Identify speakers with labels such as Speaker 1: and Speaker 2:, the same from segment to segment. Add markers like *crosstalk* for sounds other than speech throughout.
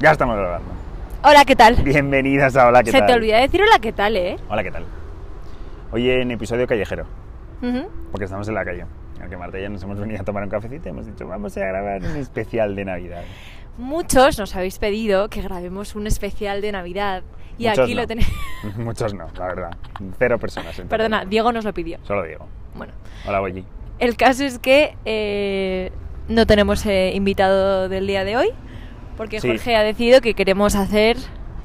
Speaker 1: Ya estamos grabando.
Speaker 2: Hola, ¿qué tal?
Speaker 1: Bienvenidas a Hola, ¿qué
Speaker 2: Se
Speaker 1: tal?
Speaker 2: te olvida decir hola, ¿qué tal, eh?
Speaker 1: Hola, ¿qué tal? Hoy en episodio callejero,
Speaker 2: Ujú.
Speaker 1: porque estamos en la calle. Aunque Marta y yo nos hemos venido a tomar un cafecito y hemos dicho, vamos a grabar un especial de Navidad. *laughs*
Speaker 2: Muchos nos habéis pedido que grabemos un especial de Navidad y
Speaker 1: Muchos
Speaker 2: aquí
Speaker 1: no.
Speaker 2: lo tenemos.
Speaker 1: Muchos no, la verdad. Cero personas. en total.
Speaker 2: *laughs* Perdona, Diego nos lo pidió.
Speaker 1: Solo Diego.
Speaker 2: Bueno,
Speaker 1: Hola, Boyi.
Speaker 2: el caso es que eh, no tenemos eh, invitado del día de hoy porque
Speaker 1: Sí.
Speaker 2: Jorge ha decidido que queremos hacer.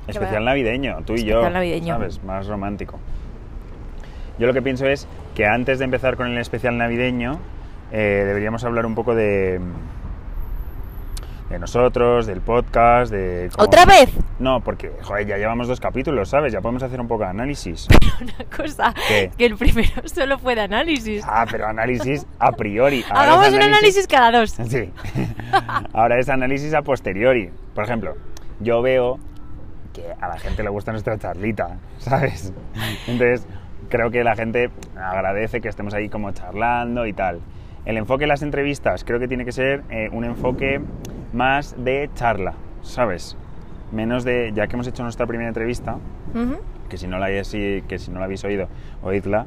Speaker 1: Especial navideño, tú y yo.
Speaker 2: Especial navideño.
Speaker 1: ¿Sabes? Más romántico. Yo lo que pienso es que antes de empezar con el especial navideño, eh, deberíamos hablar un poco de. de nosotros, del podcast, de. cómo-
Speaker 2: ¿Otra vez?
Speaker 1: No, porque, joder, ya llevamos dos capítulos, ¿sabes? Ya podemos hacer un poco de
Speaker 2: *laughs*
Speaker 1: análisis.
Speaker 2: Una cosa,
Speaker 1: ¿Qué?
Speaker 2: que el primero *laughs* solo fue de análisis.
Speaker 1: Ah, pero análisis a priori. Ahora es
Speaker 2: Hagamos un análisis
Speaker 1: *laughs*
Speaker 2: cada dos.
Speaker 1: Sí. Ahora es análisis a posteriori. Por ejemplo, yo veo que a la gente le gusta nuestra charlita, ¿sabes? Entonces, creo que la gente agradece que estemos ahí como charlando y tal. El enfoque de las entrevistas creo que tiene que ser eh, un enfoque más de charla, ¿sabes? Menos de, ya que hemos hecho nuestra primera entrevista,
Speaker 2: Ujú.
Speaker 1: que si no la, hayas- que si no la habéis oído, oídla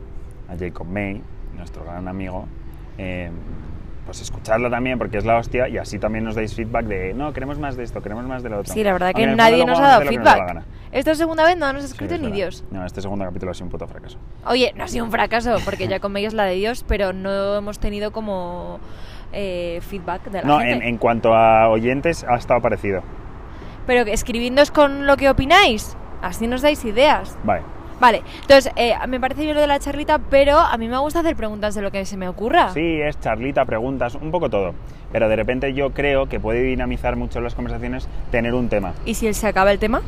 Speaker 1: a Jacob May, nuestro gran amigo. eh, pues escucharla también porque es la hostia y así también nos dais feedback de no, queremos más de esto, queremos más de lo otro.
Speaker 2: Sí, la verdad
Speaker 1: Aunque
Speaker 2: que
Speaker 1: en el
Speaker 2: nadie
Speaker 1: fondo
Speaker 2: nos
Speaker 1: luego
Speaker 2: ha
Speaker 1: vamos a
Speaker 2: dado
Speaker 1: hacer lo que nos da la
Speaker 2: feedback.
Speaker 1: gana.
Speaker 2: Esta segunda vez no nos ha
Speaker 1: Sí,
Speaker 2: escrito
Speaker 1: es
Speaker 2: ni
Speaker 1: verdad.
Speaker 2: Dios.
Speaker 1: No, este segundo capítulo ha sido un puto fracaso.
Speaker 2: Oye, no ha sido un fracaso, porque ya con es la de Dios, pero no hemos tenido como eh, feedback de la
Speaker 1: No, en,
Speaker 2: gente.
Speaker 1: en cuanto a oyentes ha estado parecido.
Speaker 2: Pero escribidnos con lo que opináis, así nos dais ideas.
Speaker 1: Vale.
Speaker 2: Vale, entonces, eh, me parece bien lo de la charlita, pero a mí me gusta hacer preguntas de lo que se me ocurra.
Speaker 1: Sí, es charlita, preguntas, un poco todo. Pero de repente yo creo que puede dinamizar mucho las conversaciones tener un tema.
Speaker 2: Y si se acaba el tema,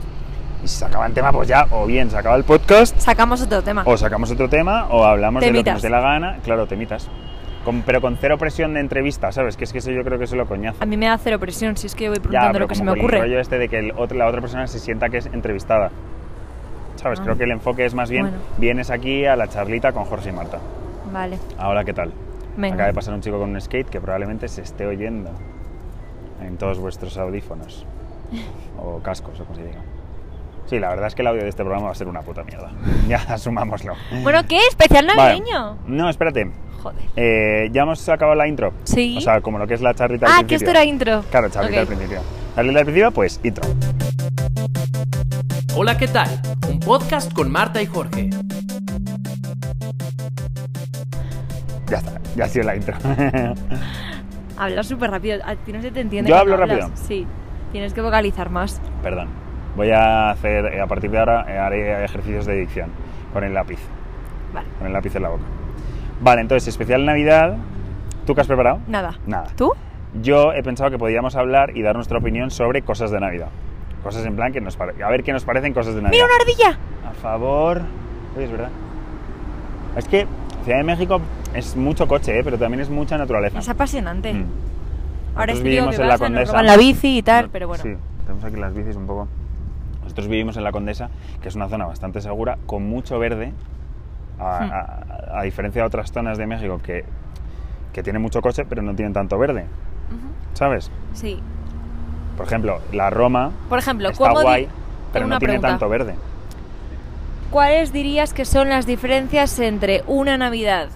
Speaker 1: Y si se acaba el tema, pues ya, o bien se acaba el podcast,
Speaker 2: sacamos otro tema.
Speaker 1: O sacamos otro tema o hablamos de lo que
Speaker 2: Temitas.
Speaker 1: nos dé la gana. Claro, temitas. Con, pero con cero presión de entrevista, ¿sabes? Que es que eso yo creo que es lo coñazo.
Speaker 2: A mí me da cero presión si es que yo voy
Speaker 1: Ya,
Speaker 2: preguntando
Speaker 1: pero
Speaker 2: lo que se
Speaker 1: como con
Speaker 2: me
Speaker 1: el
Speaker 2: ocurre.
Speaker 1: rollo este de que el otro- la otra persona se sienta que es entrevistada. ¿Sabes?
Speaker 2: Ah.
Speaker 1: Creo que el enfoque es más bien,
Speaker 2: Bueno.
Speaker 1: vienes aquí a la charlita con Jorge y Marta.
Speaker 2: Vale,
Speaker 1: Ahora, ¿qué tal?
Speaker 2: venga.
Speaker 1: Acaba de pasar un chico con un skate que probablemente se esté oyendo en todos vuestros
Speaker 2: *laughs*
Speaker 1: audífonos. o cascos, o como se diga. Sí, la verdad es que el audio de este programa va a ser una puta mierda. *laughs* ya, asumámoslo.
Speaker 2: Bueno, ¿qué? ¿Especial
Speaker 1: Vale.
Speaker 2: navideño?
Speaker 1: No, espérate.
Speaker 2: Joder.
Speaker 1: Eh, ya hemos acabado la intro.
Speaker 2: Sí.
Speaker 1: O sea, como lo que es la charlita
Speaker 2: ah,
Speaker 1: al
Speaker 2: que
Speaker 1: principio.
Speaker 2: esto era intro.
Speaker 1: Claro, charlita
Speaker 2: Ok.
Speaker 1: al principio. Charlita al principio, pues intro.
Speaker 3: Hola, ¿qué tal? Un podcast con Marta y Jorge.
Speaker 1: Ya está, ya ha sido la intro. *laughs*
Speaker 2: Hablas súper rápido. A ti no se te entiende.
Speaker 1: ¿Yo
Speaker 2: cuando
Speaker 1: hablo
Speaker 2: hablas.
Speaker 1: rápido?
Speaker 2: Sí. Tienes que vocalizar más.
Speaker 1: Perdón. Voy a hacer, eh, a partir de ahora, eh, haré ejercicios de dicción con el lápiz,
Speaker 2: Vale.
Speaker 1: con el lápiz en la boca. Vale, entonces, especial Navidad. ¿Tú qué has preparado?
Speaker 2: Nada.
Speaker 1: Nada.
Speaker 2: ¿Tú?
Speaker 1: Yo he pensado que podíamos hablar y dar nuestra opinión sobre cosas de Navidad. Cosas en plan que nos pare- A ver qué nos parecen cosas de Navidad.
Speaker 2: ¡Mira una ardilla!
Speaker 1: A favor. Oye, es verdad. Es que Ciudad de México es mucho coche, ¿eh? pero también es mucha naturaleza.
Speaker 2: Es apasionante.
Speaker 1: Mm.
Speaker 2: Ahora
Speaker 1: Nosotros
Speaker 2: es frío
Speaker 1: vivimos
Speaker 2: que
Speaker 1: en
Speaker 2: vas
Speaker 1: la
Speaker 2: nos
Speaker 1: Condesa. Mm,
Speaker 2: roban la bici y tal, pero bueno.
Speaker 1: Sí, tenemos aquí las bicis un poco. Nosotros vivimos en la Condesa, que es una zona bastante segura, con mucho verde, a,
Speaker 2: Hmm.
Speaker 1: a- a diferencia de otras zonas de México que, que tienen mucho coche, pero no tienen tanto verde,
Speaker 2: Ujú.
Speaker 1: ¿sabes?
Speaker 2: Sí.
Speaker 1: Por ejemplo, la Roma
Speaker 2: Por ejemplo,
Speaker 1: está
Speaker 2: ¿cómo di-
Speaker 1: guay, pero
Speaker 2: Tengo
Speaker 1: no
Speaker 2: una
Speaker 1: tiene
Speaker 2: pregunta.
Speaker 1: tanto verde.
Speaker 2: ¿cuáles dirías que son las diferencias entre una Navidad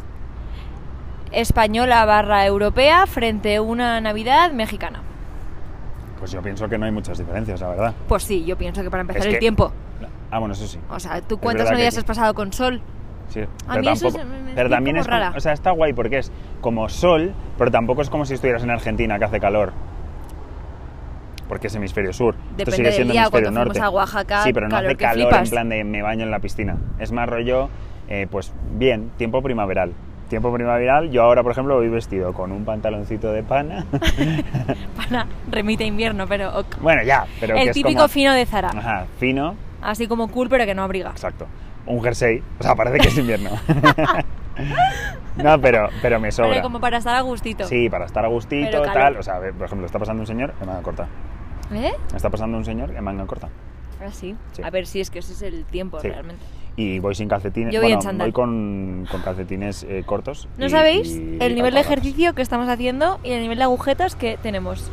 Speaker 2: española barra europea frente a una Navidad mexicana?
Speaker 1: Pues yo pienso que no hay muchas diferencias, la verdad.
Speaker 2: Pues sí, yo pienso que para empezar
Speaker 1: Es
Speaker 2: el
Speaker 1: que-
Speaker 2: tiempo.
Speaker 1: Ah, bueno, eso sí.
Speaker 2: O sea, ¿tú
Speaker 1: Es verdad
Speaker 2: cuántas
Speaker 1: que
Speaker 2: Navidades
Speaker 1: sí.
Speaker 2: has pasado con sol?
Speaker 1: Sí,
Speaker 2: A
Speaker 1: pero
Speaker 2: mí eso
Speaker 1: tampoco-
Speaker 2: se me- me
Speaker 1: pero
Speaker 2: estoy
Speaker 1: también
Speaker 2: como
Speaker 1: es como-
Speaker 2: rara.
Speaker 1: o sea, está guay porque es como sol, pero tampoco es como si estuvieras en Argentina que hace calor. Porque es hemisferio sur. Esto
Speaker 2: Depende
Speaker 1: sigue
Speaker 2: del
Speaker 1: siendo
Speaker 2: día,
Speaker 1: hemisferio
Speaker 2: cuando
Speaker 1: norte.
Speaker 2: fuimos a Oaxaca,
Speaker 1: sí, pero no
Speaker 2: calor
Speaker 1: hace
Speaker 2: que
Speaker 1: calor en
Speaker 2: flipas. *laughs*
Speaker 1: plan de me baño en la piscina. Es más rollo, eh, pues bien, tiempo primaveral. Tiempo primaveral, yo ahora, por ejemplo, voy vestido con un pantaloncito de pana. *laughs*
Speaker 2: Pana, remite a invierno, pero... ok.
Speaker 1: bueno, ya, pero que
Speaker 2: el
Speaker 1: es
Speaker 2: típico
Speaker 1: como- Ah.
Speaker 2: fino de Zara.
Speaker 1: Ajá, fino,
Speaker 2: Así como cool, pero que no abriga.
Speaker 1: Exacto. Un jersey. O sea, parece que es
Speaker 2: *laughs*
Speaker 1: invierno. *laughs* no, pero, pero me
Speaker 2: Pero
Speaker 1: sobra.
Speaker 2: como para estar a gustito.
Speaker 1: Sí, para estar a gustito,
Speaker 2: Pero calor.
Speaker 1: tal. O sea, a ver, por ejemplo, está pasando un señor en manga corta.
Speaker 2: ¿Eh?
Speaker 1: Está pasando un señor en manga corta.
Speaker 2: Ahora sí.
Speaker 1: Sí.
Speaker 2: A ver si es que ese es el tiempo
Speaker 1: Sí.
Speaker 2: realmente.
Speaker 1: Y voy sin calcetines.
Speaker 2: Yo voy
Speaker 1: bueno,
Speaker 2: en chándal.
Speaker 1: voy con, con calcetines eh, cortos.
Speaker 2: ¿No
Speaker 1: y-
Speaker 2: sabéis
Speaker 1: y
Speaker 2: el nivel de
Speaker 1: alpargatas.
Speaker 2: ejercicio que estamos haciendo y el nivel de agujetas que tenemos?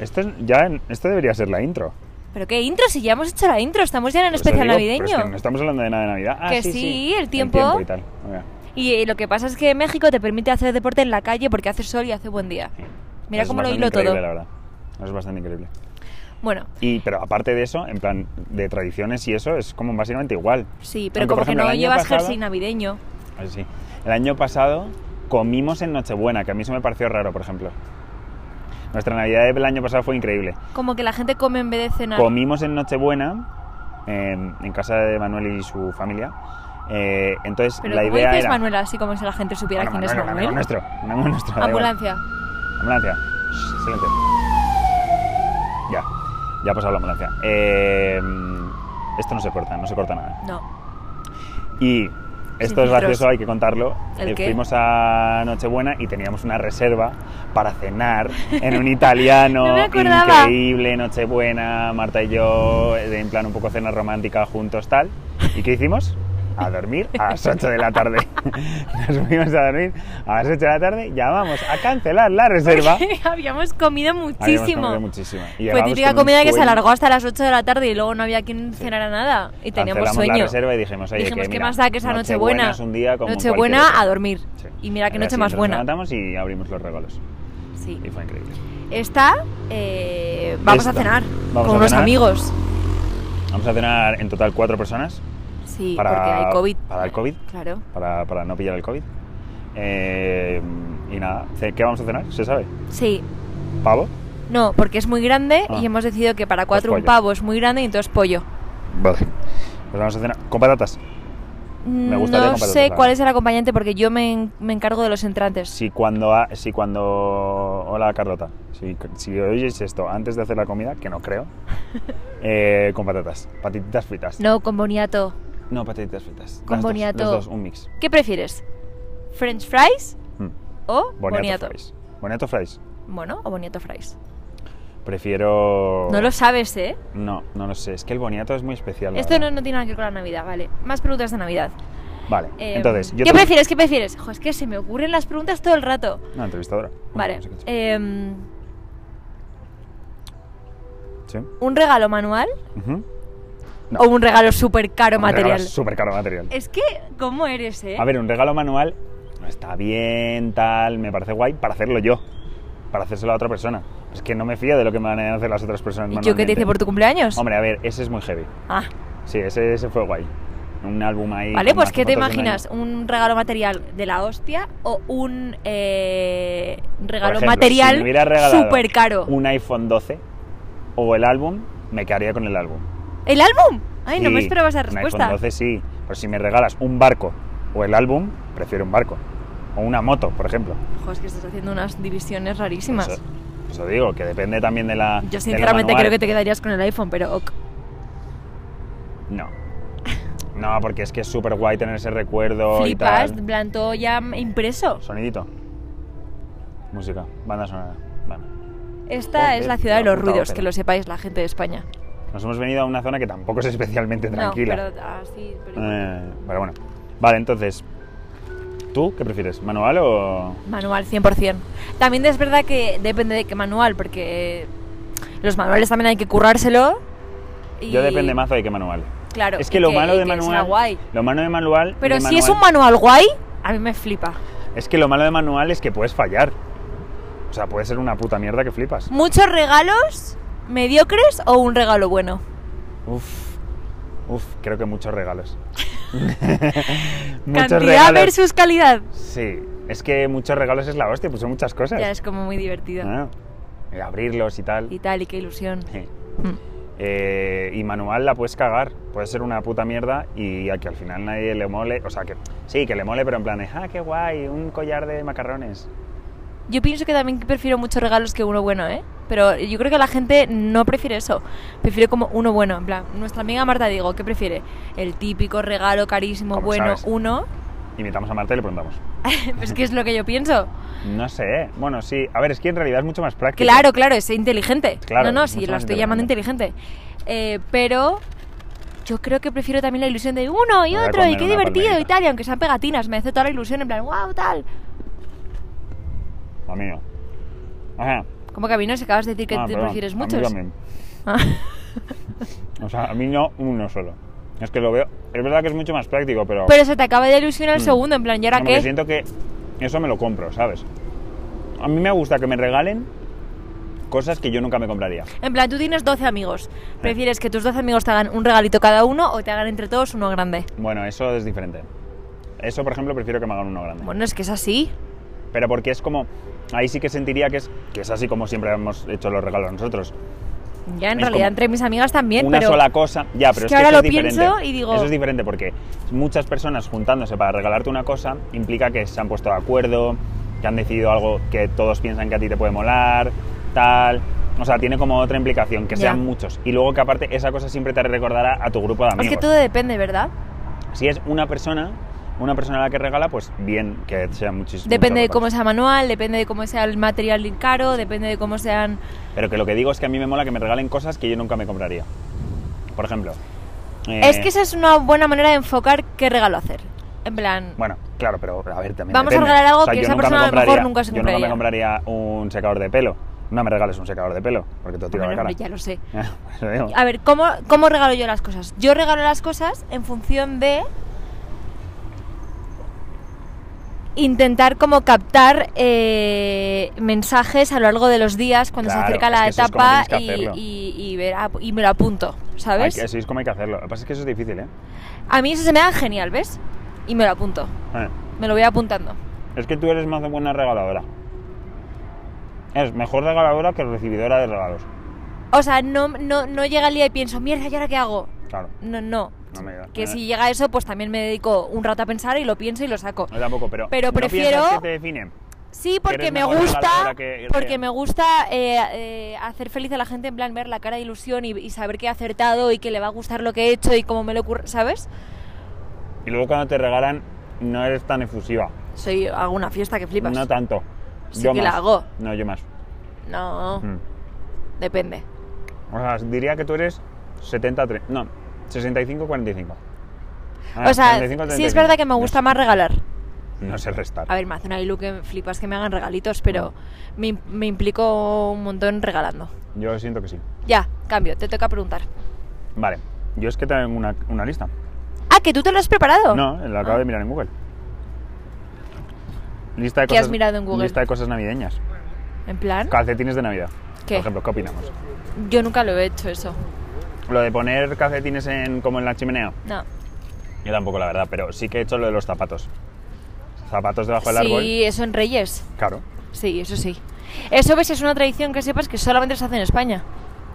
Speaker 1: Este Esto, es- ya, esto debería ser la intro.
Speaker 2: Pero qué intro, si ya hemos hecho la intro, estamos ya en el
Speaker 1: Por eso
Speaker 2: especial
Speaker 1: Pues digo, pero es
Speaker 2: navideño.
Speaker 1: que no estamos hablando de nada de Navidad. Ah,
Speaker 2: Que
Speaker 1: sí,
Speaker 2: sí, el tiempo.
Speaker 1: y tal. Mira.
Speaker 2: Y eh, lo que pasa es que México te permite hacer deporte en la calle porque hace sol y hace buen día. Mira
Speaker 1: Es
Speaker 2: cómo lo
Speaker 1: bastante
Speaker 2: hilo
Speaker 1: increíble,
Speaker 2: todo.
Speaker 1: la verdad. Es bastante increíble.
Speaker 2: Bueno,
Speaker 1: Y, pero aparte de eso, en plan de tradiciones y eso, es como básicamente igual.
Speaker 2: sí, pero
Speaker 1: Aunque,
Speaker 2: como
Speaker 1: por ejemplo,
Speaker 2: que
Speaker 1: el
Speaker 2: no
Speaker 1: año
Speaker 2: llevas
Speaker 1: pasado-
Speaker 2: jersey navideño.
Speaker 1: Ah, sí. El año pasado comimos en Nochebuena, que a mí eso me pareció raro, por ejemplo. Nuestra Navidad del año pasado fue increíble.
Speaker 2: Como que la gente come en vez de cenar.
Speaker 1: Comimos en Nochebuena, em, en- en casa de Manuel y su familia. Eh, entonces,
Speaker 2: Pero
Speaker 1: la
Speaker 2: como
Speaker 1: idea
Speaker 2: dices
Speaker 1: era...
Speaker 2: Manuel, así como si la gente supiera
Speaker 1: Bueno,
Speaker 2: quién
Speaker 1: Manuel,
Speaker 2: es
Speaker 1: un amigo
Speaker 2: Manuel.
Speaker 1: nuestro, un amigo nuestro, da igual.
Speaker 2: Ambulancia.
Speaker 1: Ambulancia. Shh, Silencio. Ya, ya ha pasado la ambulancia. Eh, esto no se corta, no se corta nada.
Speaker 2: No. *laughs*
Speaker 1: Y esto
Speaker 2: filtros.
Speaker 1: es gracioso, hay que contarlo.
Speaker 2: ¿El
Speaker 1: Eh,
Speaker 2: qué?
Speaker 1: Fuimos a Nochebuena y teníamos una reserva para cenar en un italiano
Speaker 2: *laughs* No me acordaba.
Speaker 1: increíble, Nochebuena, Marta y yo, eh, en plan un poco cena romántica juntos, tal. ¿Y qué hicimos? A dormir a las 8 de la tarde. *laughs* Nos fuimos a dormir a las 8 de la tarde, llamamos a cancelar la reserva.
Speaker 2: Habíamos comido
Speaker 1: Habíamos
Speaker 2: muchísimo.
Speaker 1: comido muchísimo. Y
Speaker 2: Fue
Speaker 1: llegamos
Speaker 2: típica
Speaker 1: con un
Speaker 2: comida que se
Speaker 1: sueño.
Speaker 2: alargó hasta las 8 de la tarde y luego no había quien cenara nada. Y teníamos
Speaker 1: Cancelamos la
Speaker 2: sueño.
Speaker 1: reserva y dijimos, oye,
Speaker 2: Dijimos,
Speaker 1: que,
Speaker 2: ¿qué
Speaker 1: mira,
Speaker 2: más da que esa Nochebuena?
Speaker 1: es un día como cualquier
Speaker 2: Nochebuena
Speaker 1: otro".
Speaker 2: a dormir.
Speaker 1: Sí.
Speaker 2: Y mira qué
Speaker 1: Al día
Speaker 2: noche más
Speaker 1: siguiente
Speaker 2: buena.
Speaker 1: Nos levantamos y abrimos los regalos.
Speaker 2: Sí.
Speaker 1: Y fue increíble.
Speaker 2: Esta, eh, vamos a
Speaker 1: Esta.
Speaker 2: cenar
Speaker 1: Vamos
Speaker 2: con
Speaker 1: a
Speaker 2: unos
Speaker 1: cenar.
Speaker 2: amigos.
Speaker 1: Vamos a cenar en total cuatro personas
Speaker 2: Sí,
Speaker 1: para,
Speaker 2: porque hay COVID.
Speaker 1: para el COVID,
Speaker 2: Claro.
Speaker 1: para, para no pillar el COVID. Eh, y nada, ce- ¿qué vamos a cenar? ¿Se sabe?
Speaker 2: Sí.
Speaker 1: ¿Pavo?
Speaker 2: No, porque es muy grande
Speaker 1: Ah.
Speaker 2: y hemos decidido que para cuatro un
Speaker 1: pollo.
Speaker 2: pavo es muy grande y entonces pollo.
Speaker 1: Vale. Pues vamos a cenar con patatas. Me gustaría ¿eh?
Speaker 2: no
Speaker 1: con patatas,
Speaker 2: sé
Speaker 1: la
Speaker 2: cuál
Speaker 1: verdad.
Speaker 2: es el acompañante porque yo me, en- me encargo de los entrantes.
Speaker 1: Si cuando... ha- Si cuando hola, Carlota. Si, si oyes esto antes de hacer la comida, que no
Speaker 2: *laughs*
Speaker 1: creo, eh, con patatas. Patatitas fritas.
Speaker 2: No, con boniato.
Speaker 1: No, patatitas fritas.
Speaker 2: Con
Speaker 1: Las dos,
Speaker 2: boniato.
Speaker 1: los dos, un mix.
Speaker 2: ¿Qué prefieres? ¿French fries
Speaker 1: Mm.
Speaker 2: o
Speaker 1: Boniato,
Speaker 2: boniato?
Speaker 1: fries. Boniato fries.
Speaker 2: Bueno, o boniato fries.
Speaker 1: Prefiero...
Speaker 2: No lo sabes, ¿eh?
Speaker 1: No, no lo sé. Es que el boniato es muy especial. la
Speaker 2: Esto no,
Speaker 1: verdad.
Speaker 2: no tiene nada que ver con la Navidad, vale. Más preguntas de Navidad.
Speaker 1: Vale,
Speaker 2: Eh,
Speaker 1: entonces...
Speaker 2: ¿Qué
Speaker 1: te-
Speaker 2: prefieres? ¿Qué prefieres? Jo, es que se me ocurren las preguntas todo el rato.
Speaker 1: No, entrevistadora.
Speaker 2: Vale.
Speaker 1: No sé qué es.
Speaker 2: em,
Speaker 1: Sí.
Speaker 2: ¿Un regalo manual
Speaker 1: Ujú. No.
Speaker 2: o un regalo súper caro
Speaker 1: Un
Speaker 2: material?
Speaker 1: regalo Súper caro material.
Speaker 2: Es que, ¿cómo eres, eh?
Speaker 1: A ver, un regalo manual está bien, tal, me parece guay para hacerlo yo, para hacérselo a otra persona. Es que no me fío de lo que me van a hacer las otras personas
Speaker 2: ¿Y yo qué te hice por tu cumpleaños?
Speaker 1: Hombre, a ver, ese es muy heavy.
Speaker 2: Ah,
Speaker 1: Sí, ese, ese fue guay. Un álbum ahí.
Speaker 2: vale,
Speaker 1: con
Speaker 2: pues
Speaker 1: las
Speaker 2: ¿qué te
Speaker 1: fotos de un
Speaker 2: imaginas?
Speaker 1: año.
Speaker 2: ¿Un regalo material de la hostia o un eh,
Speaker 1: Por
Speaker 2: regalo
Speaker 1: ejemplo, si me
Speaker 2: material
Speaker 1: hubiera regalado
Speaker 2: súper caro?
Speaker 1: Un iPhone 12 o el álbum, me quedaría con el álbum.
Speaker 2: ¿El álbum? Ay, no
Speaker 1: Sí,
Speaker 2: me esperaba esa
Speaker 1: Un iPhone
Speaker 2: respuesta.
Speaker 1: 12 sí, pero si me regalas un barco o el álbum, prefiero un barco. O una moto, por ejemplo.
Speaker 2: Jo, es que estás haciendo unas divisiones
Speaker 1: Por
Speaker 2: rarísimas.
Speaker 1: Eso, por eso digo, que depende también de la.
Speaker 2: Yo
Speaker 1: del
Speaker 2: sinceramente
Speaker 1: manual.
Speaker 2: creo que te quedarías con el iPhone, pero ok.
Speaker 1: No. No, porque es que es súper guay tener ese recuerdo
Speaker 2: flipas,
Speaker 1: y tal.
Speaker 2: blanco ya impreso.
Speaker 1: Sonidito. Música, banda sonora. Vale.
Speaker 2: Esta
Speaker 1: Joder,
Speaker 2: es la ciudad de
Speaker 1: la
Speaker 2: los
Speaker 1: puta
Speaker 2: ruidos,
Speaker 1: ópera.
Speaker 2: que lo sepáis la gente de España.
Speaker 1: Nos hemos venido a una zona que tampoco es especialmente tranquila.
Speaker 2: No, pero así.
Speaker 1: Eh, pero bueno. Vale, entonces. ¿Tú qué prefieres? ¿Manual o.?
Speaker 2: Manual 100%. También es verdad que depende de qué manual, porque los manuales también hay que currárselo. y-
Speaker 1: Yo depende mazo de qué manual.
Speaker 2: Claro.
Speaker 1: es que
Speaker 2: y
Speaker 1: lo malo
Speaker 2: y
Speaker 1: de
Speaker 2: que sea
Speaker 1: manual.
Speaker 2: guay.
Speaker 1: Lo malo de manual.
Speaker 2: Pero
Speaker 1: de
Speaker 2: si es un
Speaker 1: manual-
Speaker 2: manual guay, a mí me flipa.
Speaker 1: Es que lo malo de manual es que puedes fallar. O sea, puede ser una puta mierda que flipas.
Speaker 2: ¿Muchos regalos mediocres o un regalo bueno?
Speaker 1: Uf. Uf, creo que muchos
Speaker 2: *laughs*
Speaker 1: regalos.
Speaker 2: Cantidad versus calidad.
Speaker 1: Sí, es que muchos regalos es la hostia, pues son muchas cosas.
Speaker 2: Ya es como muy divertido.
Speaker 1: Ah, y abrirlos y tal.
Speaker 2: Y tal, y qué ilusión.
Speaker 1: Sí.
Speaker 2: Mm.
Speaker 1: Eh, y manual la puedes cagar, puede ser una puta mierda y a que al final nadie le mole, o sea que sí, que le mole, pero en plan, de, ah, qué guay, un collar de macarrones.
Speaker 2: Yo pienso que también prefiero muchos regalos que uno bueno, ¿eh? Pero yo creo que la gente no prefiere eso. Prefiere como uno bueno. En plan, nuestra amiga Marta Digo, ¿qué prefiere? El típico regalo carísimo,
Speaker 1: ¿Cómo
Speaker 2: bueno,
Speaker 1: sabes?
Speaker 2: uno. *laughs*
Speaker 1: Invitamos a Marta y le preguntamos.
Speaker 2: pues que es lo que
Speaker 1: *laughs*
Speaker 2: yo pienso.
Speaker 1: No sé, ¿eh? bueno, sí, a ver, es que en realidad es mucho más práctico.
Speaker 2: Claro, claro, es inteligente.
Speaker 1: Claro,
Speaker 2: no, no,
Speaker 1: es
Speaker 2: sí,
Speaker 1: mucho
Speaker 2: la
Speaker 1: más
Speaker 2: estoy llamando inteligente. Eh, pero yo creo que prefiero también la ilusión de uno y
Speaker 1: Me voy a
Speaker 2: otro, y
Speaker 1: comer
Speaker 2: qué
Speaker 1: una
Speaker 2: divertido y
Speaker 1: palmerita.
Speaker 2: tal. Y aunque sean pegatinas, me hace toda la ilusión en plan, wow, tal.
Speaker 1: A mí no. Ajá.
Speaker 2: Como que a mí no se acabas de decir que
Speaker 1: Ah,
Speaker 2: te
Speaker 1: perdón,
Speaker 2: prefieres
Speaker 1: a mí
Speaker 2: muchos.
Speaker 1: también.
Speaker 2: Ah.
Speaker 1: O sea, a mí no uno solo. Es que lo veo. Es verdad que es mucho más práctico, pero.
Speaker 2: Pero se te acaba de ilusionar el
Speaker 1: Mm.
Speaker 2: segundo, en plan, ¿y ahora
Speaker 1: como que
Speaker 2: qué?
Speaker 1: siento que eso me lo compro, ¿sabes? A mí me gusta que me regalen cosas que yo nunca me compraría.
Speaker 2: En plan, tú tienes 12 amigos. ¿Prefieres que tus 12 amigos te hagan un regalito cada uno o te hagan entre todos uno grande?
Speaker 1: Bueno, eso es diferente. Eso, por ejemplo, prefiero que me hagan uno grande.
Speaker 2: Bueno, es que es así.
Speaker 1: Pero porque es como. Ahí sí que sentiría que es, que es así como siempre hemos hecho los regalos nosotros.
Speaker 2: Ya, en
Speaker 1: Es
Speaker 2: realidad,
Speaker 1: como
Speaker 2: entre mis amigas también,
Speaker 1: una
Speaker 2: pero...
Speaker 1: sola cosa. Ya, pero
Speaker 2: es
Speaker 1: es
Speaker 2: que
Speaker 1: que,
Speaker 2: ahora
Speaker 1: eso
Speaker 2: lo
Speaker 1: es diferente.
Speaker 2: pienso y digo-
Speaker 1: Eso es diferente porque muchas personas juntándose para regalarte una cosa implica que se han puesto de acuerdo, que han decidido algo que todos piensan que a ti te puede molar, tal. O sea, tiene como otra implicación, que
Speaker 2: Ya.
Speaker 1: sean muchos. Y luego que aparte esa cosa siempre te recordará a tu grupo de
Speaker 2: Es
Speaker 1: amigos.
Speaker 2: que todo depende, ¿verdad?
Speaker 1: Si es una persona, una persona a la que regala, pues bien que sea muchísimo.
Speaker 2: Depende de cómo sea manual, depende de cómo sea el material caro, depende de cómo sean...
Speaker 1: Pero que lo que digo es que a mí me mola que me regalen cosas que yo nunca me compraría. Por ejemplo. eh,
Speaker 2: Es que esa es una buena manera de enfocar qué regalo hacer. En plan,
Speaker 1: Bueno, claro, pero a ver, también.
Speaker 2: Vamos a
Speaker 1: depende.
Speaker 2: regalar algo
Speaker 1: O sea,
Speaker 2: que
Speaker 1: yo
Speaker 2: esa
Speaker 1: nunca me
Speaker 2: persona a lo mejor
Speaker 1: compraría-
Speaker 2: nunca se
Speaker 1: Yo nunca me compraría un secador de pelo. No me regales un secador de pelo, porque te lo tiro
Speaker 2: bueno,
Speaker 1: a la cara.
Speaker 2: hombre,
Speaker 1: *laughs*
Speaker 2: ya lo sé.
Speaker 1: Por eso digo.
Speaker 2: A ver, ¿cómo, ¿cómo regalo yo las cosas? Yo regalo las cosas en función de intentar como captar eh, mensajes a lo largo de los días cuando se
Speaker 1: Claro,
Speaker 2: acerca
Speaker 1: es
Speaker 2: la
Speaker 1: que eso es como
Speaker 2: etapa
Speaker 1: tienes que
Speaker 2: y,
Speaker 1: hacerlo.
Speaker 2: y- y ver a- y me lo apunto,
Speaker 1: Hay
Speaker 2: ¿sabes?
Speaker 1: que- así es como hay que hacerlo. Lo que pasa es que eso es difícil, ¿eh?
Speaker 2: A mí eso se me da genial, ¿ves? Y me lo apunto,
Speaker 1: Eh,
Speaker 2: me lo voy apuntando.
Speaker 1: Es que tú eres más buena regaladora. Eres mejor regaladora que recibidora de regalos.
Speaker 2: O sea, no, no, no llega el día y pienso, mierda, ¿y ahora qué hago?
Speaker 1: Claro.
Speaker 2: No, no.
Speaker 1: No me digas.
Speaker 2: Que
Speaker 1: Eh,
Speaker 2: si llega eso, pues también me dedico un rato a pensar y lo pienso y lo saco.
Speaker 1: Yo tampoco, pero.
Speaker 2: Pero
Speaker 1: ¿no
Speaker 2: prefiero-
Speaker 1: piensas que te define?
Speaker 2: Sí, porque
Speaker 1: eres
Speaker 2: me
Speaker 1: mejor
Speaker 2: gusta,
Speaker 1: regaladora que-
Speaker 2: porque
Speaker 1: que-
Speaker 2: me gusta eh, eh, hacer feliz a la gente, en plan ver la cara de ilusión y, y saber que he acertado y que le va a gustar lo que he hecho y cómo me lo ocurre, ¿sabes?
Speaker 1: Y luego cuando te regalan, no eres tan efusiva.
Speaker 2: Soy hago una fiesta que flipas.
Speaker 1: No tanto.
Speaker 2: Sí
Speaker 1: yo
Speaker 2: que
Speaker 1: más.
Speaker 2: la hago.
Speaker 1: No, yo más.
Speaker 2: No,
Speaker 1: Mm.
Speaker 2: depende.
Speaker 1: O sea, diría que tú eres 70 tre- No, 65-45. Ah,
Speaker 2: o sea,
Speaker 1: 35,
Speaker 2: sí es
Speaker 1: 35.
Speaker 2: verdad que me gusta más regalar.
Speaker 1: No, no sé restar.
Speaker 2: A ver, me hace una ilu que flipas que me hagan regalitos, pero me, im- me implico un montón regalando.
Speaker 1: Yo siento que sí.
Speaker 2: Ya, cambio, te toca preguntar.
Speaker 1: Vale. Yo es que tengo una, una lista.
Speaker 2: Ah, que tú te lo has preparado.
Speaker 1: No, la acabo de mirar en Google. Lista de
Speaker 2: ¿Qué
Speaker 1: cosas,
Speaker 2: has mirado en Google?
Speaker 1: Lista de cosas navideñas.
Speaker 2: Ah, En plan,
Speaker 1: Calcetines de Navidad.
Speaker 2: ¿Qué?
Speaker 1: Por ejemplo, ¿qué opinamos?
Speaker 2: yo nunca lo he hecho eso.
Speaker 1: Lo de poner calcetines en, como en la chimenea.
Speaker 2: No.
Speaker 1: Yo tampoco, la verdad, pero sí que he hecho lo de los zapatos. Zapatos debajo del árbol.
Speaker 2: Sí, eso en Reyes.
Speaker 1: Claro,
Speaker 2: Sí, eso sí. Eso ves es una tradición que sepas que solamente se hace en España.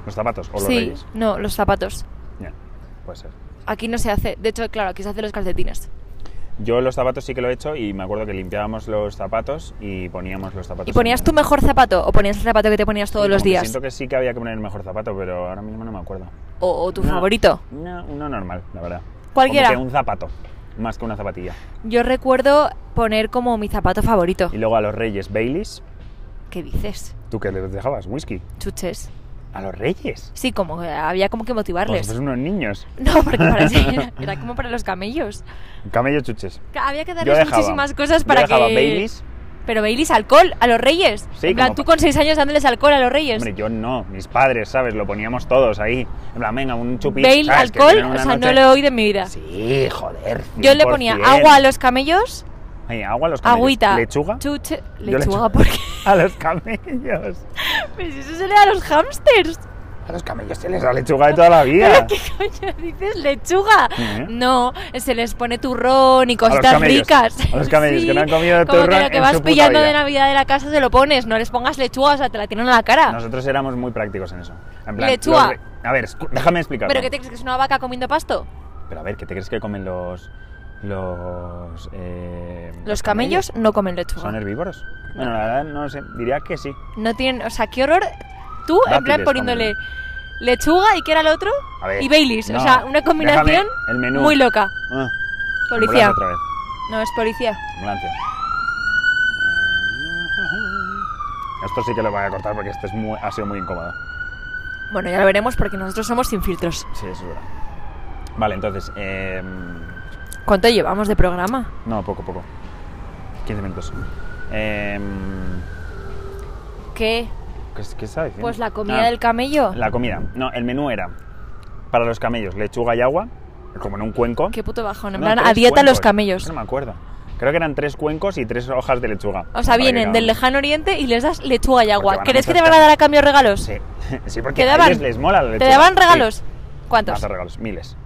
Speaker 1: los zapatos o los
Speaker 2: sí,
Speaker 1: reyes.
Speaker 2: no, los zapatos.
Speaker 1: Ya, puede ser.
Speaker 2: Aquí no se hace. De hecho, claro, aquí se hace los calcetines.
Speaker 1: Yo los zapatos sí que lo he hecho y me acuerdo que limpiábamos los zapatos y poníamos los zapatos.
Speaker 2: ¿Y ponías
Speaker 1: en-
Speaker 2: tu mejor zapato o ponías el zapato que te ponías todos
Speaker 1: Sí,
Speaker 2: los
Speaker 1: como que
Speaker 2: días?
Speaker 1: Siento que sí que había que poner el mejor zapato, pero ahora mismo no me acuerdo.
Speaker 2: O, o tu
Speaker 1: No.
Speaker 2: favorito.
Speaker 1: No, uno normal, la verdad.
Speaker 2: Cualquiera.
Speaker 1: Como que un zapato, más que una zapatilla.
Speaker 2: Yo recuerdo poner como mi zapato favorito.
Speaker 1: Y luego a los reyes Baileys,
Speaker 2: ¿Qué dices?
Speaker 1: ¿tú qué les dejabas? ¿Whisky?
Speaker 2: Chuches.
Speaker 1: ¿A los reyes?
Speaker 2: Sí, como que había como que
Speaker 1: Como si
Speaker 2: motivarles.
Speaker 1: fuesen unos niños.
Speaker 2: *laughs* No, porque parecía, era como para los camellos.
Speaker 1: Camello chuches.
Speaker 2: Que Había que
Speaker 1: Yo
Speaker 2: darles
Speaker 1: dejaba.
Speaker 2: muchísimas cosas
Speaker 1: Yo
Speaker 2: para
Speaker 1: dejaba
Speaker 2: que...
Speaker 1: Baileys.
Speaker 2: Pero Baileys, alcohol, a los reyes.
Speaker 1: Sí,
Speaker 2: en plan,
Speaker 1: como
Speaker 2: tú
Speaker 1: pa-
Speaker 2: con seis años dándoles alcohol a los reyes.
Speaker 1: Hombre, yo no, mis padres, ¿sabes? Lo poníamos todos ahí. En plan, venga, un chupito.
Speaker 2: Bail,
Speaker 1: ¿sabes? Que
Speaker 2: alcohol,
Speaker 1: tenían
Speaker 2: o
Speaker 1: una
Speaker 2: sea, no
Speaker 1: noche-
Speaker 2: lo he oído en mi vida.
Speaker 1: Sí, joder.
Speaker 2: Yo le ponía
Speaker 1: 100%.
Speaker 2: agua a los camellos,
Speaker 1: Ay, agua a los camellos.
Speaker 2: agüita,
Speaker 1: Lechuga.
Speaker 2: chuche,
Speaker 1: Yo
Speaker 2: lechuga, ¿por qué?
Speaker 1: *laughs*
Speaker 2: *laughs*
Speaker 1: A los camellos.
Speaker 2: Pero si eso se le da a los hámsters. *laughs*
Speaker 1: A los camellos se les da lechuga de toda la vida.
Speaker 2: ¿Qué coño dices? ¿Lechuga?
Speaker 1: ¿Eh?
Speaker 2: No, se les pone turrón y
Speaker 1: A
Speaker 2: cositas
Speaker 1: los camellos.
Speaker 2: ricas.
Speaker 1: A los
Speaker 2: *laughs*
Speaker 1: camellos, que no han comido
Speaker 2: Como
Speaker 1: turrón
Speaker 2: que lo que
Speaker 1: en
Speaker 2: vas
Speaker 1: su puta
Speaker 2: pillando de
Speaker 1: vida.
Speaker 2: Navidad de la casa se lo pones, no les pongas lechuga, o sea, te la tiran a la cara.
Speaker 1: Nosotros éramos muy prácticos en eso. En plan,
Speaker 2: Lechuga.
Speaker 1: los re- A ver, escu- déjame explicar.
Speaker 2: ¿Pero qué te crees que es una vaca comiendo pasto?
Speaker 1: Pero a ver, ¿qué te crees que comen los. los. eh,
Speaker 2: Los camellos no comen
Speaker 1: ¿Son
Speaker 2: lechuga.
Speaker 1: herbívoros? Bueno, la verdad no lo sé. Diría que sí.
Speaker 2: No tienen, o sea, qué horror. Tú, en plan,
Speaker 1: Dátiles
Speaker 2: poniéndole
Speaker 1: comen.
Speaker 2: lechuga y qué era el otro?
Speaker 1: A ver,
Speaker 2: y Baileys, o
Speaker 1: no,
Speaker 2: sea, una combinación
Speaker 1: déjame el menú.
Speaker 2: muy loca.
Speaker 1: Ah, ambulancia
Speaker 2: Policía.
Speaker 1: otra vez.
Speaker 2: No, es policía.
Speaker 1: Ambulancia. Esto sí que lo voy a cortar porque este es muy- ha sido muy incómodo.
Speaker 2: Bueno, ya lo veremos porque nosotros somos sin filtros.
Speaker 1: Sí, eso es verdad. Vale, entonces. eh,
Speaker 2: ¿Cuánto llevamos de programa?
Speaker 1: no, poco, poco. 15 minutos. Eh,
Speaker 2: ¿Qué?
Speaker 1: ¿qué, ¿Qué estaba diciendo?
Speaker 2: Pues la comida
Speaker 1: Ah,
Speaker 2: del camello.
Speaker 1: La comida. No, el menú era para los camellos, lechuga y agua, como en un cuenco.
Speaker 2: Qué puto bajón. En
Speaker 1: No,
Speaker 2: plan,
Speaker 1: tres Pues
Speaker 2: a dieta los
Speaker 1: cuencos.
Speaker 2: camellos.
Speaker 1: No me acuerdo. Creo que eran tres cuencos y tres hojas de lechuga.
Speaker 2: O sea,
Speaker 1: Para que
Speaker 2: vienen del
Speaker 1: cada-
Speaker 2: lejano oriente y les das lechuga y agua.
Speaker 1: van a
Speaker 2: ¿Crees que te
Speaker 1: muchas
Speaker 2: van a dar
Speaker 1: casas.
Speaker 2: a cambio regalos?
Speaker 1: Sí, *laughs* sí porque
Speaker 2: ¿Te
Speaker 1: a
Speaker 2: daban?
Speaker 1: ellos les mola la
Speaker 2: ¿Te
Speaker 1: lechuga.
Speaker 2: daban
Speaker 1: Sí.
Speaker 2: regalos? ¿Cuántos?
Speaker 1: Más de regalos, miles.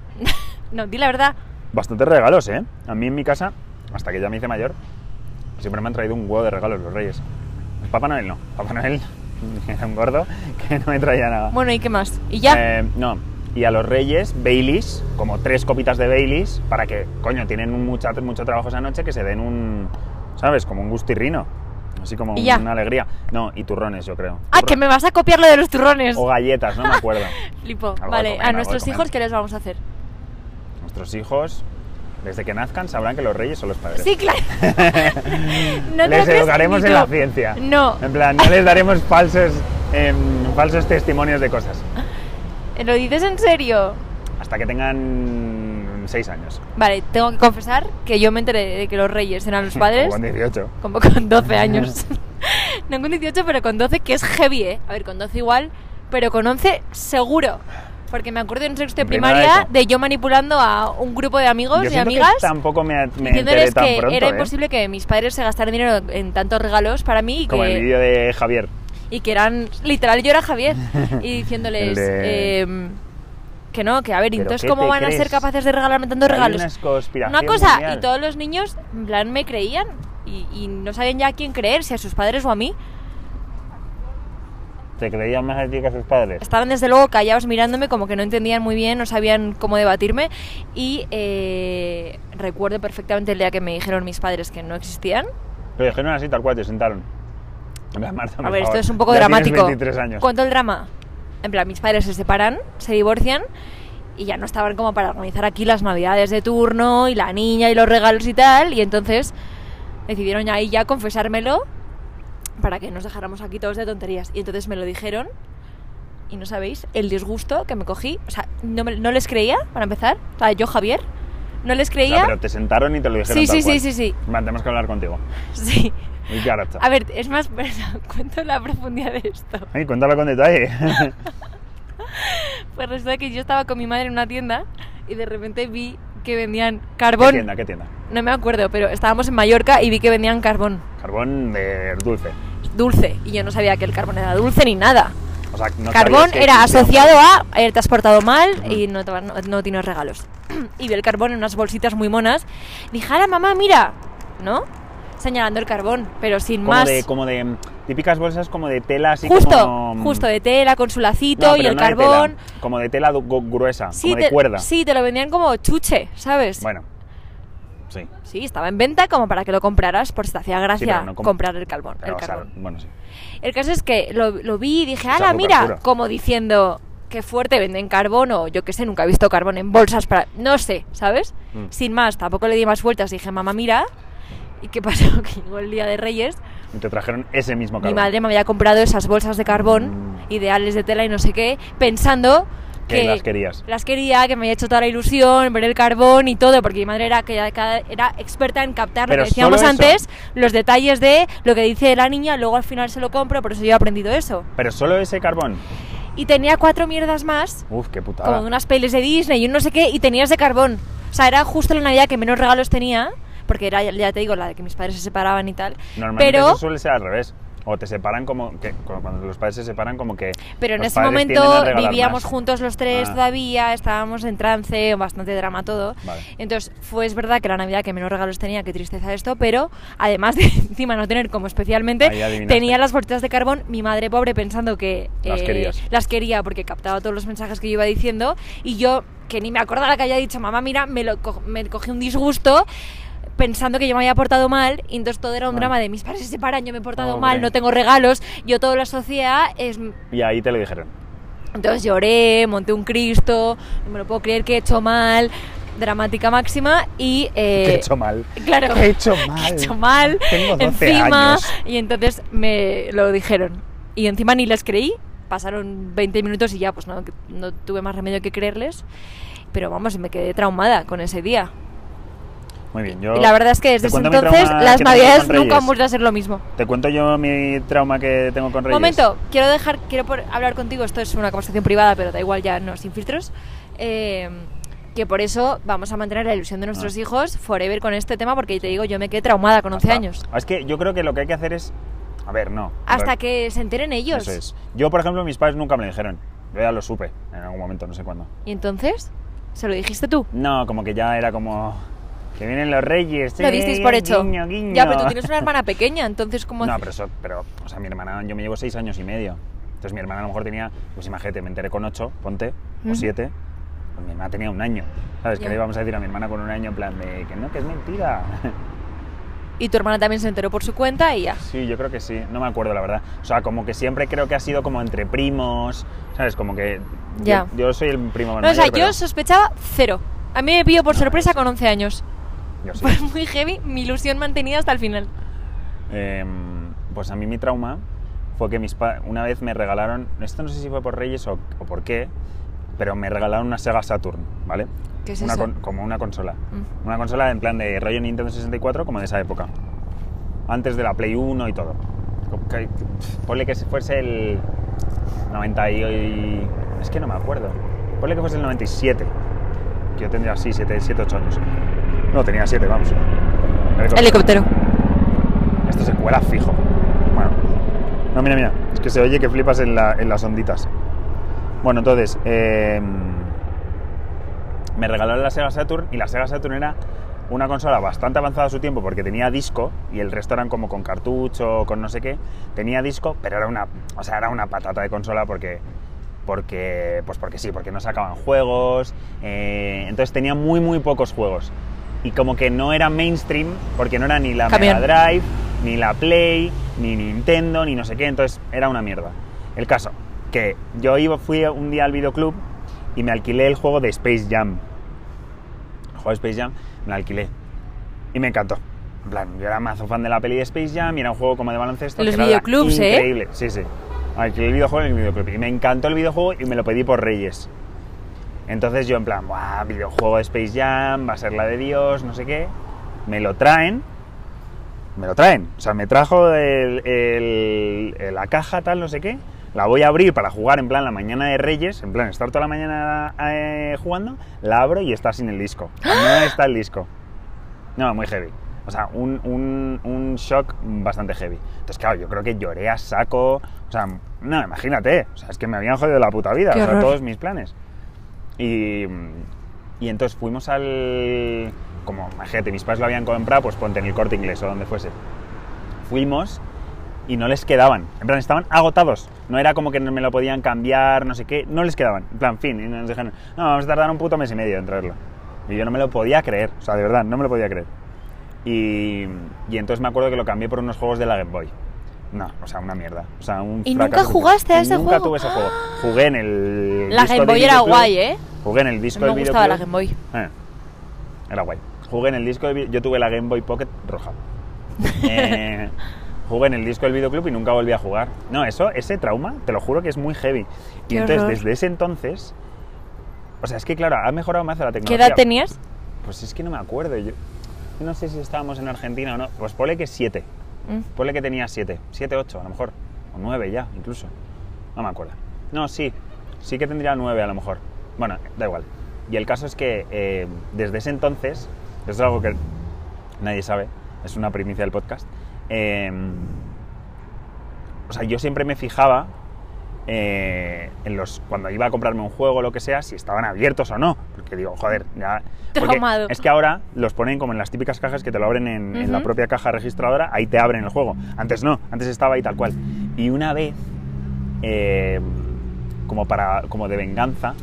Speaker 2: No, di la verdad.
Speaker 1: Bastantes regalos, ¿eh? A mí en mi casa, hasta que ya me hice mayor, siempre me han traído un huevo de regalos los reyes. Papá Noel no. Papá Noel *laughs* era un gordo que no me traía nada.
Speaker 2: Bueno, ¿y qué más? ¿Y ya?
Speaker 1: Eh, no. Y a los reyes, Baileys, como tres copitas de Baileys, para que, coño, tienen un mucha, mucho trabajo esa noche, que se den un, ¿sabes? Como un gustirrino. Así como
Speaker 2: Y ya.
Speaker 1: una alegría. No, y turrones, yo creo.
Speaker 2: ah, que me vas a copiar lo de los turrones.
Speaker 1: O galletas,
Speaker 2: *laughs*
Speaker 1: no me acuerdo.
Speaker 2: Flipo.
Speaker 1: de
Speaker 2: vale,
Speaker 1: comer,
Speaker 2: a
Speaker 1: algo de
Speaker 2: nuestros
Speaker 1: comer.
Speaker 2: hijos, ¿qué les vamos a hacer?
Speaker 1: Nuestros hijos, desde que nazcan, sabrán que los reyes son los padres.
Speaker 2: Sí, claro. *laughs* No te lo
Speaker 1: les
Speaker 2: crees
Speaker 1: educaremos
Speaker 2: ni
Speaker 1: en
Speaker 2: tú.
Speaker 1: la ciencia.
Speaker 2: No,
Speaker 1: En plan, no les daremos falsos, em, falsos testimonios de cosas.
Speaker 2: ¿lo dices en serio?
Speaker 1: Hasta que tengan 6 años.
Speaker 2: Vale, tengo que confesar que yo me enteré de que los reyes
Speaker 1: *laughs*
Speaker 2: eran los
Speaker 1: O
Speaker 2: padres
Speaker 1: con 18.
Speaker 2: como con 12 años. *laughs* no con 18, pero con 12, que es heavy, ¿eh? A ver, con 12 igual, pero con 11 seguro. Porque me acuerdo en sexto de
Speaker 1: En primera
Speaker 2: primaria
Speaker 1: ESO.
Speaker 2: de yo manipulando a un grupo de amigos
Speaker 1: Yo
Speaker 2: y
Speaker 1: siento que
Speaker 2: amigas.
Speaker 1: tampoco me, me enteré
Speaker 2: diciéndoles
Speaker 1: tan
Speaker 2: que
Speaker 1: pronto,
Speaker 2: era
Speaker 1: ¿eh?
Speaker 2: imposible que mis padres se gastaran dinero en- en tantos regalos para mí y
Speaker 1: Como el
Speaker 2: que,
Speaker 1: vídeo de Javier.
Speaker 2: y que eran literal yo era Javier y diciéndoles
Speaker 1: El de-
Speaker 2: em, que no, que a ver,
Speaker 1: ¿Pero
Speaker 2: entonces
Speaker 1: qué
Speaker 2: cómo
Speaker 1: te
Speaker 2: van a ser
Speaker 1: crees?
Speaker 2: capaces de regalarme tantos
Speaker 1: Hay
Speaker 2: regalos.
Speaker 1: una conspiración
Speaker 2: Una cosa,
Speaker 1: mundial.
Speaker 2: y todos los niños en plan me creían y, y no sabían ya a quién creer, si a sus padres o a mí.
Speaker 1: ¿Te creían más a ti que a sus padres?
Speaker 2: Estaban desde luego callados mirándome como que no entendían muy bien, no sabían cómo debatirme y eh, recuerdo perfectamente el día que me dijeron mis padres que no existían.
Speaker 1: Lo dijeron así, tal cual, te sentaron. En plan, Marta,
Speaker 2: A
Speaker 1: por
Speaker 2: ver, esto
Speaker 1: favor,
Speaker 2: es un poco
Speaker 1: ya tienes
Speaker 2: dramático.
Speaker 1: 23 años.
Speaker 2: Cuento el drama. En plan, mis padres se separan, se divorcian y ya no estaban como para organizar aquí las navidades de turno y la niña y los regalos y tal. Y entonces decidieron ya ahí ya confesármelo para que nos dejáramos aquí todos de tonterías. Y entonces me lo dijeron y no sabéis el disgusto que me cogí. O sea, no, me- no les creía, para empezar. O sea, yo, Javier, no les
Speaker 1: O sea,
Speaker 2: creía.
Speaker 1: pero te sentaron y te lo dijeron
Speaker 2: Sí,
Speaker 1: tal
Speaker 2: sí, sí,
Speaker 1: cual.
Speaker 2: sí, sí.
Speaker 1: En plan, tenemos que hablar contigo.
Speaker 2: *laughs* Sí.
Speaker 1: Y claro, está.
Speaker 2: A ver, es más, *laughs* cuento la profundidad de esto.
Speaker 1: Ay, cuéntalo con detalle.
Speaker 2: Pues resulta que yo estaba con mi madre en una tienda y de repente vi que
Speaker 1: *laughs*
Speaker 2: vendían
Speaker 1: ¿Qué
Speaker 2: carbón.
Speaker 1: tienda? ¿Qué tienda?
Speaker 2: No me acuerdo, pero estábamos en Mallorca y vi que vendían carbón
Speaker 1: Carbón de dulce.
Speaker 2: dulce. Y yo no sabía que el carbón era dulce ni nada.
Speaker 1: O sea, no
Speaker 2: carbón
Speaker 1: sabías que
Speaker 2: era
Speaker 1: existía un-
Speaker 2: asociado a eh, te has portado mal y no, te van- no, no tienes regalos. *clears throat* y vi el carbón en unas bolsitas muy monas. Dije, la mamá, mira! ¿No? Señalando el carbón, pero sin
Speaker 1: como
Speaker 2: más.
Speaker 1: De, como de típicas bolsas como de tela así
Speaker 2: justo,
Speaker 1: como...
Speaker 2: justo, de tela con su lacito
Speaker 1: No,
Speaker 2: y
Speaker 1: pero
Speaker 2: el
Speaker 1: no de tela,
Speaker 2: carbón.
Speaker 1: como de tela du- gu- gruesa, como de
Speaker 2: te,
Speaker 1: cuerda.
Speaker 2: sí, te lo vendían como chuche, ¿sabes?
Speaker 1: Bueno, sí.
Speaker 2: Sí, estaba en venta como para que lo compraras por si te hacía gracia
Speaker 1: pero no com-
Speaker 2: comprar el carbón.
Speaker 1: Pero,
Speaker 2: el,
Speaker 1: o sea,
Speaker 2: carbón.
Speaker 1: bueno, sí.
Speaker 2: El caso es que lo, lo vi y dije,
Speaker 1: sea,
Speaker 2: ala,
Speaker 1: azúcar
Speaker 2: mira,
Speaker 1: pura.
Speaker 2: como diciendo que fuerte venden carbón o yo qué sé, nunca he visto carbón en bolsas para... No sé, ¿sabes?
Speaker 1: Mm.
Speaker 2: Sin más, tampoco le di más vueltas, dije, mamá, mira. ¿Y qué *laughs* pasó? Que llegó el día de Reyes,
Speaker 1: Y te trajeron ese mismo carbón.
Speaker 2: mi madre me había comprado esas bolsas de carbón,
Speaker 1: Mm.
Speaker 2: ideales de tela y no sé qué, pensando
Speaker 1: Que
Speaker 2: que...
Speaker 1: las querías.
Speaker 2: Las quería, que me había hecho toda la ilusión, ver el carbón y todo, porque mi madre era, que era- era experta en captar lo
Speaker 1: Pero
Speaker 2: que decíamos
Speaker 1: solo eso.
Speaker 2: antes, los detalles de lo que dice la niña, luego al final se lo compro, por eso yo he aprendido eso.
Speaker 1: Pero solo ese carbón.
Speaker 2: Y tenía cuatro mierdas más,
Speaker 1: Uf, qué putada.
Speaker 2: como de unas pelis de Disney y un no sé qué, y tenía ese carbón. O sea, era justo la Navidad que menos regalos tenía, porque era, ya te digo, la de que mis padres se separaban y tal.
Speaker 1: Normalmente
Speaker 2: Pero,
Speaker 1: eso suele ser al revés. O te separan como que como cuando los padres se separan como que
Speaker 2: pero en
Speaker 1: los
Speaker 2: ese
Speaker 1: padres tienden a
Speaker 2: momento
Speaker 1: regalar
Speaker 2: vivíamos
Speaker 1: más.
Speaker 2: juntos los tres
Speaker 1: Ah.
Speaker 2: todavía, estábamos en trance, bastante drama todo.
Speaker 1: Vale.
Speaker 2: Entonces, fue es verdad que la Navidad que menos regalos tenía, qué tristeza esto, pero además de *laughs* encima no tener como especialmente,
Speaker 1: Ahí adivinaste.
Speaker 2: tenía las bolsitas de carbón, mi madre pobre pensando que eh,
Speaker 1: Las querías.
Speaker 2: las quería porque captaba todos los mensajes que yo iba diciendo y yo, que ni me acordaba que haya dicho, mamá, mira, me, lo co- me cogí un disgusto pensando que yo me había portado mal y entonces todo era un
Speaker 1: Ah.
Speaker 2: drama de mis padres se separan, yo me he portado
Speaker 1: Hombre.
Speaker 2: mal, no tengo regalos, yo todo la sociedad es...
Speaker 1: Y ahí te lo dijeron.
Speaker 2: Entonces lloré, monté un Cristo, no me lo puedo creer que he hecho mal, dramática máxima y... eh,
Speaker 1: que he hecho mal.
Speaker 2: Claro.
Speaker 1: Que he hecho
Speaker 2: que
Speaker 1: mal.
Speaker 2: *laughs* he hecho mal.
Speaker 1: Tengo 12
Speaker 2: encima.
Speaker 1: años.
Speaker 2: Y entonces me lo dijeron. Y encima ni les creí. Pasaron 20 minutos y ya, pues no, no tuve más remedio que creerles. Pero vamos, me quedé traumada con ese día.
Speaker 1: Muy bien, yo
Speaker 2: y la verdad es que
Speaker 1: te
Speaker 2: desde ese
Speaker 1: cuento mi
Speaker 2: entonces
Speaker 1: trauma que
Speaker 2: las
Speaker 1: tengo
Speaker 2: navidades
Speaker 1: con
Speaker 2: nunca han
Speaker 1: Reyes.
Speaker 2: vuelto a ser lo mismo.
Speaker 1: Te cuento yo mi trauma que tengo con Reyes.
Speaker 2: Momento, quiero dejar, quiero por- hablar contigo. Esto es una conversación privada, pero da igual ya, no, sin filtros. eh, que por eso vamos a mantener la ilusión de nuestros
Speaker 1: Ah.
Speaker 2: hijos forever con este tema, porque te digo, yo me quedé traumada con 11
Speaker 1: Hasta-
Speaker 2: años.
Speaker 1: Es que yo creo que lo que hay que hacer es. A ver, no.
Speaker 2: Hasta
Speaker 1: Pero-
Speaker 2: que se enteren ellos.
Speaker 1: Eso es. Yo, por ejemplo, mis padres nunca me lo dijeron. Yo ya lo supe en algún momento, no sé cuándo.
Speaker 2: Y entonces, ¿se lo dijiste tú?
Speaker 1: No, como que ya era como. Que vienen los reyes.
Speaker 2: Lo disteis por
Speaker 1: eh,
Speaker 2: hecho.
Speaker 1: guiño, guiño.
Speaker 2: Ya, pero tú tienes una hermana pequeña, entonces como...
Speaker 1: No, pero eso. Pero, o sea, mi hermana. Yo me llevo seis años y medio. Entonces mi hermana a lo mejor tenía. Pues imagínate, me enteré con ocho, ponte.
Speaker 2: Ujú.
Speaker 1: O siete. Pues mi hermana tenía un año. ¿Sabes?
Speaker 2: Ya.
Speaker 1: Que le íbamos a decir a mi hermana con un año en plan de. Que no, que es mentira. *laughs*
Speaker 2: Y tu hermana también se enteró por su cuenta y ya.
Speaker 1: Sí, yo creo que sí. No me acuerdo, la verdad. O sea, como que siempre creo que ha sido como entre primos, ¿sabes? Como que... yo-
Speaker 2: Ya.
Speaker 1: Yo, soy el primo más
Speaker 2: No, o sea,
Speaker 1: mayor, pero-
Speaker 2: yo sospechaba cero. A mí me pilló por
Speaker 1: No,
Speaker 2: sorpresa
Speaker 1: eso.
Speaker 2: con 11 años. *laughs*
Speaker 1: yo sí.
Speaker 2: Fue muy heavy, mi ilusión mantenida hasta el final.
Speaker 1: Em, pues a mí mi trauma fue que mis padres una vez me regalaron, esto no sé si fue por Reyes o, o por qué, pero me regalaron una Sega Saturn, ¿vale?
Speaker 2: ¿Qué es
Speaker 1: Una
Speaker 2: eso?
Speaker 1: con- como una consola.
Speaker 2: Mm.
Speaker 1: Una consola en plan de rollo Nintendo 64, como de esa época. Antes de la Play 1 y todo. Como que- Ponle que fuese el 90 y... Es que no me acuerdo. Ponle que fuese el 97. Que yo tendría así 7, 8 años. No, tenía 7, vamos.
Speaker 2: Helicóptero.
Speaker 1: Esto se cuela fijo. Bueno. No, mira, mira. Es que se oye que flipas en, la- en las onditas. Bueno, entonces. eh, me regalaron la Sega Saturn y la Sega Saturn era una consola bastante avanzada a su tiempo porque tenía disco y el resto eran como con cartucho, con no sé qué. Tenía disco, pero era una, o sea, era una patata de consola porque porque pues porque sí, porque no sacaban juegos, eh, entonces tenía muy muy pocos juegos y como que no era mainstream porque no era ni la
Speaker 2: Camión.
Speaker 1: Mega Drive, ni la Play, ni Nintendo, ni no sé qué, entonces era una mierda. El caso que yo iba fui un día al videoclub y me alquilé el juego de Space Jam. El juego de Space Jam me lo alquilé y me encantó. En plan, yo era mazo fan de la peli de Space Jam y era un juego como de baloncesto. que
Speaker 2: Los
Speaker 1: era la-
Speaker 2: videoclubs, ¿eh?
Speaker 1: Increíble, sí, sí. Alquilé el videojuego en el videoclub. Y me encantó el videojuego y me lo pedí por Reyes. Entonces yo en plan, Buah, videojuego de Space Jam, va a ser la de Dios, no sé qué. Me lo traen. Me lo traen. O sea, me trajo el- el- el- la caja tal, no sé qué. La voy a abrir para jugar en plan la mañana de Reyes, en plan estar toda la mañana eh, jugando. La abro y está sin el disco.
Speaker 2: *gasps*
Speaker 1: No está el disco. No, muy heavy. O sea, un, un, un shock bastante heavy. Entonces, claro, yo creo que lloré a saco. O sea, no, imagínate. O sea, es que me habían jodido la puta vida.
Speaker 2: Qué
Speaker 1: o sea,
Speaker 2: horror.
Speaker 1: todos mis planes. Y, y entonces fuimos al... Como, imagínate, mis padres lo habían comprado, pues ponte en el corte inglés o donde fuese. Fuimos y no les quedaban. En plan, estaban agotados. No era como que no me lo podían cambiar, no sé qué. No les quedaban. En plan, fin. Y nos dijeron, no, vamos a tardar un puto mes y medio en traerlo. Y yo no me lo podía creer. O sea, de verdad, no me lo podía creer. Y, y entonces me acuerdo que lo cambié por unos juegos de la Game Boy. No, o sea, una mierda. O sea, un
Speaker 2: ¿Y
Speaker 1: fracaso
Speaker 2: nunca jugaste a
Speaker 1: Y
Speaker 2: ese
Speaker 1: Nunca
Speaker 2: juego?
Speaker 1: tuve ese juego. Jugué en el.
Speaker 2: La
Speaker 1: disco
Speaker 2: Game
Speaker 1: de
Speaker 2: Boy era
Speaker 1: videoclub.
Speaker 2: guay, ¿eh?
Speaker 1: Jugué en el disco
Speaker 2: No
Speaker 1: del
Speaker 2: me gustaba la
Speaker 1: videoclub.
Speaker 2: Game Boy.
Speaker 1: Eh, era guay. Jugué en el disco de vi- Yo tuve la Game Boy Pocket
Speaker 2: *laughs*
Speaker 1: roja. Eh, jugué en el disco del videoclub y nunca volví a jugar. No, eso, ese trauma, te lo juro que es muy heavy. Y
Speaker 2: Qué
Speaker 1: entonces,
Speaker 2: horror.
Speaker 1: desde ese entonces. O sea, es que claro, ha mejorado más la
Speaker 2: ¿Qué
Speaker 1: tecnología.
Speaker 2: edad tenías?
Speaker 1: Pues es que no me acuerdo. Yo no sé si estábamos en Argentina o no. Pues ponle que siete.
Speaker 2: Mm.
Speaker 1: Ponle que tenía 7, 7, 8 a lo mejor, o 9 ya incluso. No me acuerdo. No, sí, sí que tendría 9 a lo mejor. Bueno, da igual. Y el caso es que eh, desde ese entonces, esto es algo que nadie sabe, es una primicia del podcast, eh, o sea, yo siempre me fijaba eh, en los, cuando iba a comprarme un juego o lo que sea, si estaban abiertos o no. Porque digo, joder, ya... porque
Speaker 2: Traumado.
Speaker 1: Es que ahora los ponen como en las típicas cajas que te lo abren en, en la
Speaker 2: Ujú.
Speaker 1: propia caja registradora, ahí te abren el juego. Antes no, antes estaba ahí tal cual. Y una vez, eh, como, para, como de venganza,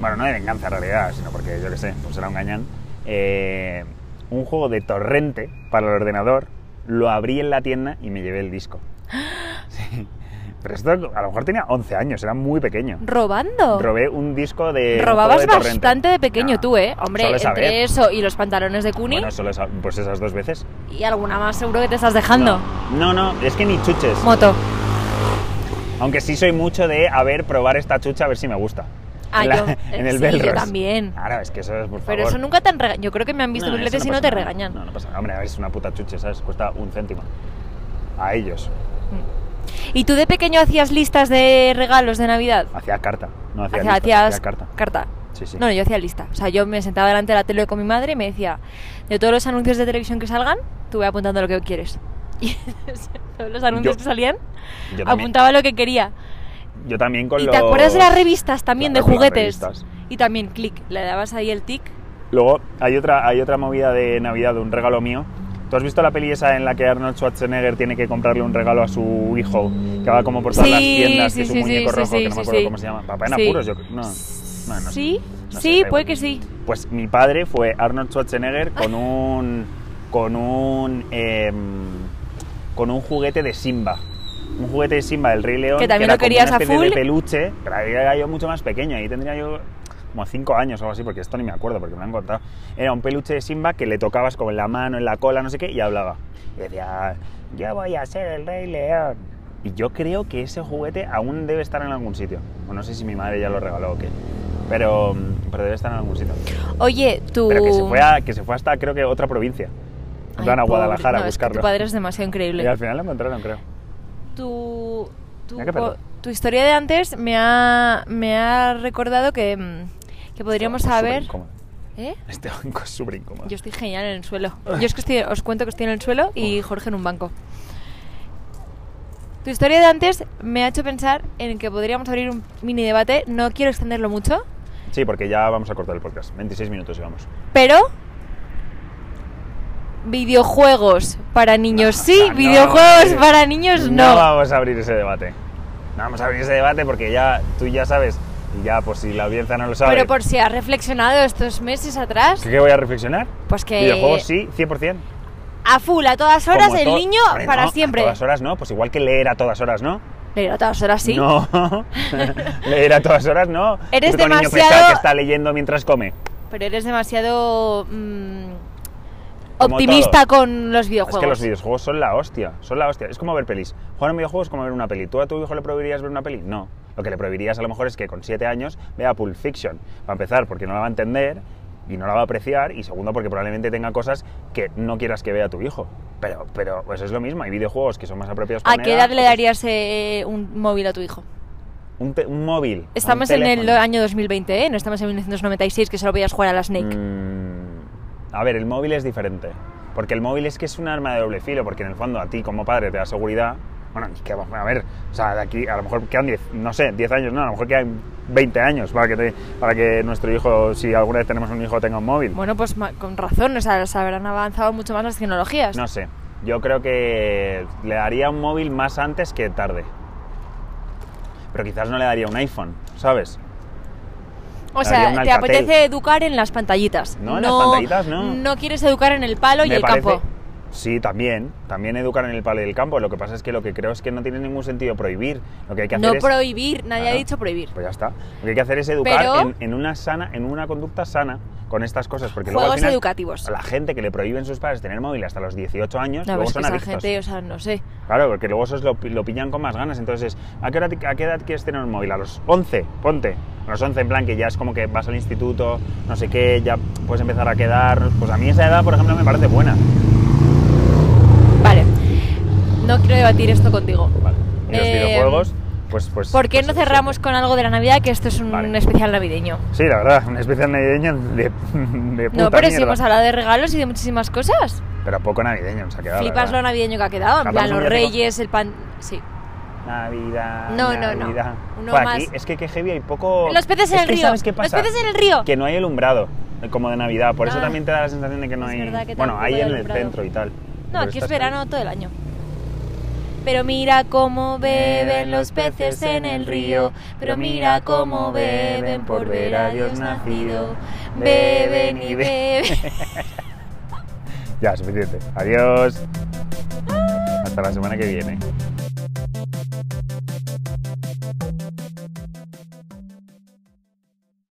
Speaker 1: bueno, no de venganza en realidad, sino porque yo qué sé, pues era un gañán, eh, un juego de torrente para el ordenador, lo abrí en la tienda y me llevé el
Speaker 2: *gasps*
Speaker 1: disco. Sí. Pero esto a lo mejor tenía 11 años, era muy pequeño.
Speaker 2: ¿Robando?
Speaker 1: Robé un disco de. un
Speaker 2: Robabas
Speaker 1: juego de torrente.
Speaker 2: bastante de pequeño
Speaker 1: No,
Speaker 2: tú, ¿eh? Hombre,
Speaker 1: solo esa
Speaker 2: entre
Speaker 1: vez.
Speaker 2: eso y los pantalones de Kuni
Speaker 1: Bueno, solo esa- pues esas dos veces.
Speaker 2: y alguna más seguro que te estás dejando.
Speaker 1: No, no, es que ni chuches.
Speaker 2: Moto.
Speaker 1: Aunque sí soy mucho de, a ver, probar esta chucha a ver si me gusta.
Speaker 2: Ah,
Speaker 1: En la-
Speaker 2: yo-
Speaker 1: *laughs* en el
Speaker 2: sí,
Speaker 1: Belrose.
Speaker 2: yo también.
Speaker 1: Claro, es que eso es, por favor.
Speaker 2: Pero eso nunca te han regañado. Yo creo que me han visto
Speaker 1: No,
Speaker 2: mil veces
Speaker 1: eso
Speaker 2: y no
Speaker 1: pasa
Speaker 2: te
Speaker 1: nada.
Speaker 2: regañan.
Speaker 1: No, no pasa nada. Hombre, a ver, es una puta chuche, ¿sabes? Cuesta un céntimo. A ellos.
Speaker 2: ¿Y tú de pequeño hacías listas de regalos de Navidad?
Speaker 1: Hacía carta. No hacía
Speaker 2: Hacía-
Speaker 1: lista,
Speaker 2: hacías
Speaker 1: hacía carta.
Speaker 2: carta.
Speaker 1: Sí, sí.
Speaker 2: No, no, yo hacía lista. O sea, yo me sentaba delante de la tele con mi madre y me decía, de todos los anuncios de televisión que salgan, tú ve apuntando lo que quieres. *laughs* Y todos los anuncios
Speaker 1: Yo-
Speaker 2: que salían,
Speaker 1: Yo también,
Speaker 2: apuntaba lo que quería.
Speaker 1: yo también con
Speaker 2: y
Speaker 1: los...
Speaker 2: te acuerdas de las revistas también,
Speaker 1: Claro,
Speaker 2: de
Speaker 1: con las
Speaker 2: juguetes.
Speaker 1: revistas.
Speaker 2: Y también, clic, le dabas ahí el tic.
Speaker 1: Luego hay otra, hay otra movida de Navidad, de un regalo mío. ¿Tú has visto la peli esa en la que Arnold Schwarzenegger tiene que comprarle un regalo a su hijo? Que va como por todas
Speaker 2: Sí,
Speaker 1: las tiendas,
Speaker 2: sí,
Speaker 1: que es un
Speaker 2: sí, sí,
Speaker 1: muñeco
Speaker 2: sí,
Speaker 1: rojo,
Speaker 2: sí,
Speaker 1: que no
Speaker 2: sí,
Speaker 1: me acuerdo
Speaker 2: sí.
Speaker 1: cómo se llama. Papá en
Speaker 2: Sí.
Speaker 1: apuros, yo cre- no. Ah. no, no sé.
Speaker 2: sí,
Speaker 1: No sé,
Speaker 2: sí,
Speaker 1: da
Speaker 2: puede
Speaker 1: igual.
Speaker 2: que sí.
Speaker 1: Pues mi padre fue Arnold Schwarzenegger con un. con un. em, con un juguete de Simba. Un juguete de Simba del Rey León.
Speaker 2: Que también
Speaker 1: era
Speaker 2: lo querías
Speaker 1: como una
Speaker 2: a
Speaker 1: especie de
Speaker 2: full.
Speaker 1: peluche. Pero ahí era yo mucho más pequeño. Ahí tendría yo como 5 años o algo así, porque esto ni me acuerdo, porque me lo han contado. Era un peluche de Simba que le tocabas con la mano, en la cola, no sé qué, y hablaba. Y decía, yo voy a ser el Rey León. Y yo creo que ese juguete aún debe estar en algún sitio. O no sé si mi madre ya lo regaló o qué. Pero, pero debe estar en algún sitio.
Speaker 2: Oye, tú...
Speaker 1: Pero que se, fue a- que se fue hasta, creo que, otra provincia. En
Speaker 2: Ay,
Speaker 1: plan a
Speaker 2: pobre.
Speaker 1: Guadalajara
Speaker 2: No,
Speaker 1: a
Speaker 2: es que
Speaker 1: buscarlo.
Speaker 2: tu padre es demasiado increíble.
Speaker 1: Y al final lo encontraron, creo.
Speaker 2: tu, tu,
Speaker 1: Mira qué perro.
Speaker 2: tu historia de antes me ha, me ha recordado que, mm, que podríamos
Speaker 1: Este banco es
Speaker 2: saber...
Speaker 1: superincómodo.
Speaker 2: ¿Eh?
Speaker 1: Este banco es súper incómodo.
Speaker 2: Yo estoy genial en el suelo. Yo es que estoy- os cuento que estoy en el suelo y Jorge en un banco. Tu historia de antes me ha hecho pensar en que podríamos abrir un mini debate. No quiero extenderlo mucho,
Speaker 1: Sí, porque ya vamos a cortar el podcast. 26 minutos llevamos.
Speaker 2: pero... Videojuegos para niños
Speaker 1: No,
Speaker 2: sí,
Speaker 1: Ah, no,
Speaker 2: videojuegos
Speaker 1: no.
Speaker 2: para niños
Speaker 1: No
Speaker 2: no.
Speaker 1: vamos a abrir ese debate. No vamos a abrir ese debate porque ya tú ya sabes. Y ya, por si la audiencia no lo sabe.
Speaker 2: Pero por si has reflexionado estos meses atrás,
Speaker 1: ¿Qué, qué voy a reflexionar?
Speaker 2: pues que...
Speaker 1: Videojuegos sí, 100%.
Speaker 2: a full, a todas horas,
Speaker 1: Como
Speaker 2: el
Speaker 1: to-
Speaker 2: niño
Speaker 1: Hombre,
Speaker 2: para
Speaker 1: no,
Speaker 2: siempre.
Speaker 1: A todas horas no, pues igual que leer a todas horas no.
Speaker 2: Pero a todas horas sí. *laughs*
Speaker 1: No, leer a todas horas no.
Speaker 2: Eres
Speaker 1: Puto niño
Speaker 2: demasiado-
Speaker 1: pesado que está leyendo mientras come.
Speaker 2: Pero eres demasiado mm,
Speaker 1: Como
Speaker 2: optimista con los
Speaker 1: Es
Speaker 2: videojuegos.
Speaker 1: que los videojuegos son la hostia, son la hostia. Es como ver pelis. Jugar a un videojuego es como ver una peli. ¿Tú a tu hijo le prohibirías ver una peli? No. Lo que le prohibirías a lo mejor es que con 7 años vea Pulp Fiction. Para empezar, porque no la va a entender y no la va a apreciar. Y segundo, porque probablemente tenga cosas que no quieras que vea tu hijo. Pero, pero pues es lo mismo. Hay videojuegos que son más apropiados para
Speaker 2: ¿A
Speaker 1: una
Speaker 2: qué edad le
Speaker 1: otros-
Speaker 2: darías eh, un móvil a tu hijo?
Speaker 1: Un, te- un móvil. un
Speaker 2: Estamos en el
Speaker 1: teléfono.
Speaker 2: año 2020, ¿eh? No estamos en 1996, que solo podías jugar a la Snake.
Speaker 1: Mm, a ver, el móvil es diferente. Porque el móvil es que es un arma de doble filo, porque en el fondo a ti como padre te da seguridad. Bueno, y que va- a ver, o sea, de aquí a lo mejor quedan 10, no sé, 10 años, no, a lo mejor quedan 20 años para que, te- para que nuestro hijo, si alguna vez tenemos un hijo, tenga un móvil.
Speaker 2: Bueno, pues ma- con razón, o sea, se habrán avanzado mucho más las tecnologías.
Speaker 1: No sé, yo creo que le daría un móvil más antes que tarde. Pero quizás no le daría un iPhone, ¿sabes?
Speaker 2: o
Speaker 1: daría un
Speaker 2: sea, te
Speaker 1: Alcatel.
Speaker 2: apetece educar en las pantallitas.
Speaker 1: No, en las pantallitas, no.
Speaker 2: No quieres educar en el palo y
Speaker 1: Me
Speaker 2: el
Speaker 1: parece-
Speaker 2: campo.
Speaker 1: Sí, también. También educar en el palo y el campo. Lo que pasa es que lo que creo es que no tiene ningún sentido prohibir. Lo que hay que hacer
Speaker 2: No
Speaker 1: es...
Speaker 2: prohibir, nadie
Speaker 1: Claro.
Speaker 2: ha dicho prohibir.
Speaker 1: Pues ya está. Lo que hay que hacer es educar
Speaker 2: Pero-
Speaker 1: en, en una sana, en una conducta sana con estas cosas. Porque luego
Speaker 2: Juegos
Speaker 1: al final,
Speaker 2: educativos.
Speaker 1: a la gente que le prohíben sus padres tener móvil hasta los 18 años,
Speaker 2: No, pero
Speaker 1: luego
Speaker 2: es que
Speaker 1: son
Speaker 2: esa
Speaker 1: adictos.
Speaker 2: gente, o sea, no sé.
Speaker 1: Claro, porque luego esos lo, pi- lo pillan con más ganas. Entonces, ¿a qué, hora te- ¿a qué edad quieres tener un móvil? A los 11, ponte. A los 11, en plan, que ya es como que vas al instituto, no sé qué, ya puedes empezar a quedar. Pues a mí esa edad, por ejemplo, me parece buena.
Speaker 2: Vale. No quiero debatir esto contigo.
Speaker 1: Vale. Y los
Speaker 2: Eh,
Speaker 1: videojuegos, pues... pues
Speaker 2: ¿Por qué
Speaker 1: pues
Speaker 2: no
Speaker 1: eso,
Speaker 2: cerramos con algo de la Navidad? Que esto es un
Speaker 1: Vale.
Speaker 2: especial navideño.
Speaker 1: Sí, la verdad, una especial navideño de, de puta
Speaker 2: No, pero si
Speaker 1: mierda.
Speaker 2: hemos hablado de regalos y de muchísimas cosas.
Speaker 1: Pero poco navideño nos ha quedado. la
Speaker 2: Flipas lo
Speaker 1: verdad.
Speaker 2: navideño que ha quedado. En
Speaker 1: Cantamos
Speaker 2: plan,
Speaker 1: un
Speaker 2: los
Speaker 1: villancico.
Speaker 2: reyes, el pan. Sí.
Speaker 1: Navidad.
Speaker 2: No, no, no.
Speaker 1: Navidad.
Speaker 2: Uno
Speaker 1: Joder, aquí
Speaker 2: más.
Speaker 1: es que qué heavy hay poco.
Speaker 2: Los peces en
Speaker 1: Oh, Es
Speaker 2: el
Speaker 1: que
Speaker 2: río.
Speaker 1: ¿Sabes qué pasa?
Speaker 2: Los peces en el río.
Speaker 1: Que no hay alumbrado eh, como de Navidad. Por eso
Speaker 2: Ah.
Speaker 1: también te da la sensación de que no
Speaker 2: Es
Speaker 1: hay.
Speaker 2: verdad que
Speaker 1: bueno,
Speaker 2: tampoco
Speaker 1: hay
Speaker 2: hay
Speaker 1: en el
Speaker 2: alumbrado.
Speaker 1: centro y tal.
Speaker 2: No,
Speaker 1: Pero
Speaker 2: aquí es
Speaker 1: estás
Speaker 2: verano
Speaker 1: ahí.
Speaker 2: todo el año. Pero mira cómo beben los peces en el río, pero mira cómo beben por ver a Dios nacido. Beben y beben.
Speaker 1: Ya, suficiente. Adiós. Hasta la semana que viene.